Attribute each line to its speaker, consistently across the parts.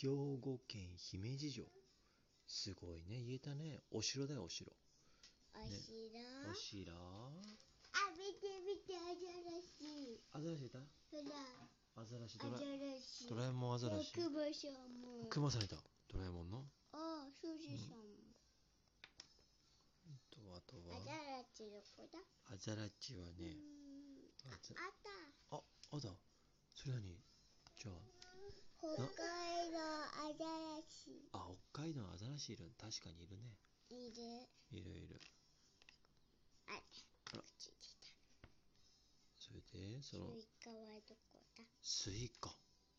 Speaker 1: 兵庫県姫路城。すごいね、言えたね。お城だよ、お城。
Speaker 2: おしろ。
Speaker 1: お城。
Speaker 2: あ、見て見て、アザラシ。
Speaker 1: アザラシいた
Speaker 2: ほら、
Speaker 1: アザラシ、ド
Speaker 2: ア
Speaker 1: ラ
Speaker 2: ザラシ。
Speaker 1: ドラえもんアザラシ。
Speaker 2: クマさんも。
Speaker 1: クマさんいた。ドラえもんの。あ
Speaker 2: あ、スジさんも。
Speaker 1: とあと
Speaker 2: アザ
Speaker 1: は、
Speaker 2: ラシどこだ
Speaker 1: アザラシはね
Speaker 2: う、ん
Speaker 1: あ
Speaker 2: あ
Speaker 1: ざ
Speaker 2: あった。
Speaker 1: あ、あだ。それ何じゃ
Speaker 2: 北海道アザラシ
Speaker 1: あ、あ、北海道のアザラシいる。確かにいるね。
Speaker 2: いる。
Speaker 1: いるいる。
Speaker 2: あれ、
Speaker 1: あら
Speaker 2: ついてきた。
Speaker 1: それで、
Speaker 2: ス
Speaker 1: その、
Speaker 2: イカはどこだ
Speaker 1: スイカ。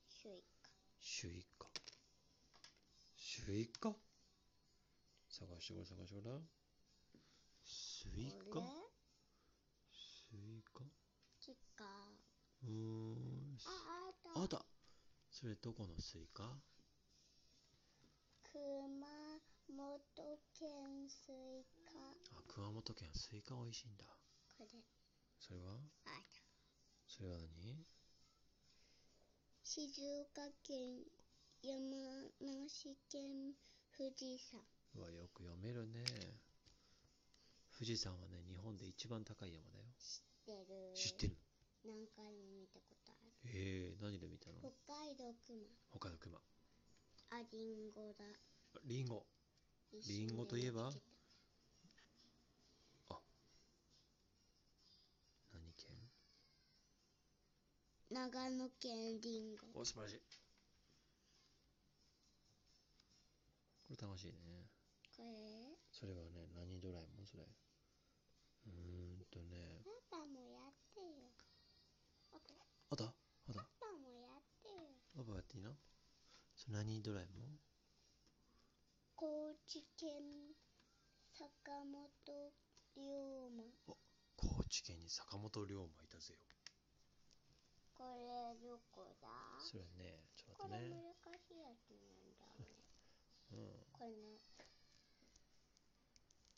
Speaker 2: スイカ。
Speaker 1: シュイカ。シュイカ探してごらん、探してごらん。スイカ
Speaker 2: これ
Speaker 1: スイカ
Speaker 2: スイカ。
Speaker 1: うーん。
Speaker 2: あ、あった。
Speaker 1: ああったそれどこのスイカ
Speaker 2: 熊本県スイカ。
Speaker 1: あ、熊本県はスイカ美味しいんだ。
Speaker 2: これ。
Speaker 1: それは
Speaker 2: あった。
Speaker 1: それは何
Speaker 2: 静岡県、山梨県、富士山。
Speaker 1: うわ、よく読めるね。富士山はね、日本で一番高い山だよ。
Speaker 2: 知ってる。
Speaker 1: 知ってる
Speaker 2: 何回も見たことある。
Speaker 1: ええ何で見たの
Speaker 2: 北海道熊。
Speaker 1: 他の熊。
Speaker 2: あ、リンゴだ。
Speaker 1: リンゴ。リンゴといえば
Speaker 2: 一瞬で見つけた
Speaker 1: 何県
Speaker 2: 長野県リンゴ。
Speaker 1: お、素晴らしい。これ楽しいね。
Speaker 2: これ
Speaker 1: それはね、何ドラえもんそれ。うーんとね、
Speaker 2: パパもやってよ。パパ
Speaker 1: あったあった
Speaker 2: パもやってよ。
Speaker 1: パパやっていいのそれ何ドラえもん
Speaker 2: 高知県坂本龍馬。
Speaker 1: 高知県に坂本龍馬いたぜよ。
Speaker 2: これどこだ
Speaker 1: それね、ちょっ
Speaker 2: ことれ
Speaker 1: 待っ
Speaker 2: 難
Speaker 1: てね。
Speaker 2: しいやつなんだ。
Speaker 1: うん。
Speaker 2: この